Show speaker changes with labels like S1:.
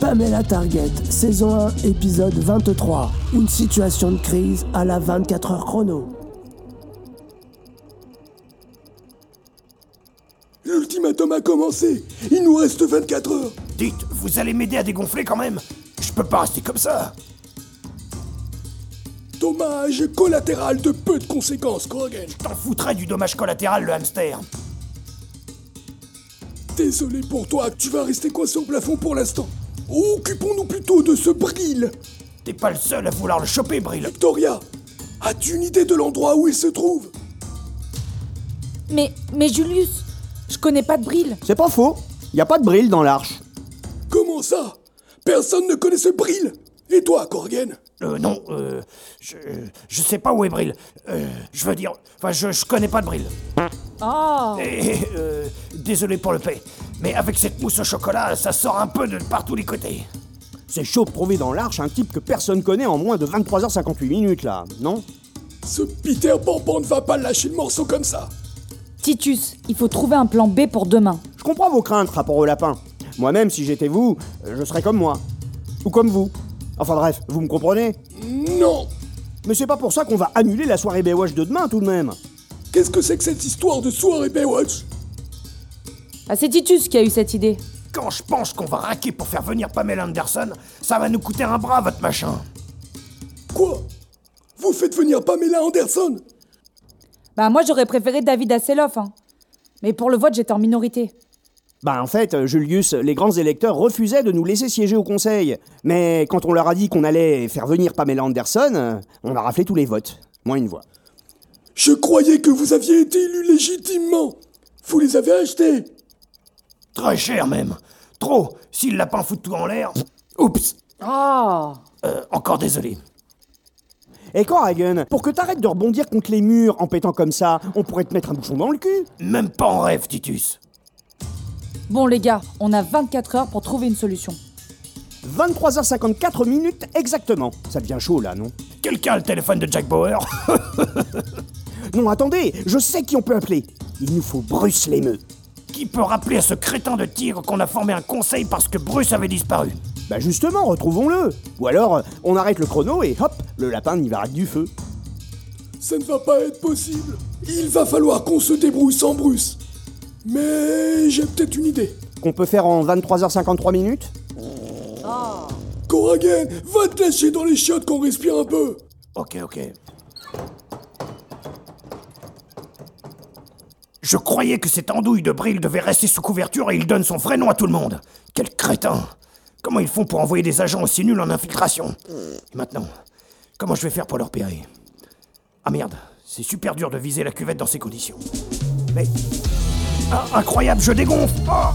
S1: Pamela Target, saison 1, épisode 23. Une situation de crise à la 24 heures chrono.
S2: L'ultimatum a commencé Il nous reste 24 heures
S3: Dites, vous allez m'aider à dégonfler quand même Je peux pas rester comme ça
S2: Dommage collatéral de peu de conséquences, Krogan.
S3: T'en foutrais du dommage collatéral, le hamster
S2: Désolé pour toi, tu vas rester coincé au plafond pour l'instant. Occupons-nous plutôt de ce Bril.
S3: T'es pas le seul à vouloir le choper, Bril
S2: Victoria, as-tu une idée de l'endroit où il se trouve
S4: Mais, mais Julius, je connais pas de brille.
S5: C'est pas faux. Y a pas de brille dans l'arche.
S2: Comment ça Personne ne connaît ce Bril Et toi, Corgan
S3: Euh, non, euh... Je, je sais pas où est Bril. Euh, je veux dire... Enfin, je, je connais pas de Bril.
S4: Oh
S3: Et, euh... Désolé pour le paix, mais avec cette mousse au chocolat, ça sort un peu de par tous les côtés.
S5: C'est chaud de trouver dans l'arche un type que personne connaît en moins de 23h58 minutes là, non
S2: Ce Peter Bamban ne va pas lâcher le morceau comme ça
S4: Titus, il faut trouver un plan B pour demain.
S5: Je comprends vos craintes rapport au lapin. Moi-même, si j'étais vous, euh, je serais comme moi. Ou comme vous. Enfin bref, vous me comprenez
S2: Non
S5: Mais c'est pas pour ça qu'on va annuler la soirée Baywatch de demain tout de même.
S2: Qu'est-ce que c'est que cette histoire de soirée Baywatch
S4: Ah, c'est Titus qui a eu cette idée.
S3: Quand je pense qu'on va raquer pour faire venir Pamela Anderson, ça va nous coûter un bras, votre machin.
S2: Quoi Vous faites venir Pamela Anderson
S4: Bah, moi, j'aurais préféré David Asseloff, hein. Mais pour le vote, j'étais en minorité.
S5: Bah en fait, euh, Julius, les grands électeurs refusaient de nous laisser siéger au conseil. Mais quand on leur a dit qu'on allait faire venir Pamela Anderson, euh, on a raflé tous les votes. Moins une voix.
S2: Je croyais que vous aviez été élus légitimement Vous les avez achetés
S3: Très cher, même. Trop. Si le lapin fout tout en l'air... Oups
S4: Oh
S3: Euh, Encore désolé.
S5: Et Corrigan, Eh, pour que t'arrêtes de rebondir contre les murs en pétant comme ça, on pourrait te mettre un bouchon dans le cul.
S3: Même pas en rêve, Titus.
S4: Bon, les gars, on a 24 heures pour trouver une solution.
S5: 23h54 minutes exactement. Ça devient chaud là, non
S3: Quelqu'un a le téléphone de Jack Bauer
S5: Non, attendez, je sais qui on peut appeler. Il nous faut Bruce l'émeu.
S3: Qui peut rappeler à ce crétin de tigre qu'on a formé un conseil parce que Bruce avait disparu
S5: Bah justement, retrouvons-le. Ou alors, euh, on arrête le chrono et hop, le lapin n'y va du feu.
S2: Ça ne va pas être possible. Il va falloir qu'on se débrouille sans Bruce. Mais j'ai peut-être une idée.
S5: Qu'on peut faire en 23h53 minutes
S2: Corrigan, va te lâcher dans les chiottes qu'on respire un peu.
S3: Ok, ok. Je croyais que cette andouille de Bril devait rester sous couverture et il donne son vrai nom à tout le monde. Quel crétin Comment ils font pour envoyer des agents aussi nuls en infiltration Et maintenant, comment je vais faire pour leur repérer Ah merde, c'est super dur de viser la cuvette dans ces conditions. Mais... Ah, incroyable, je dégonfle Ah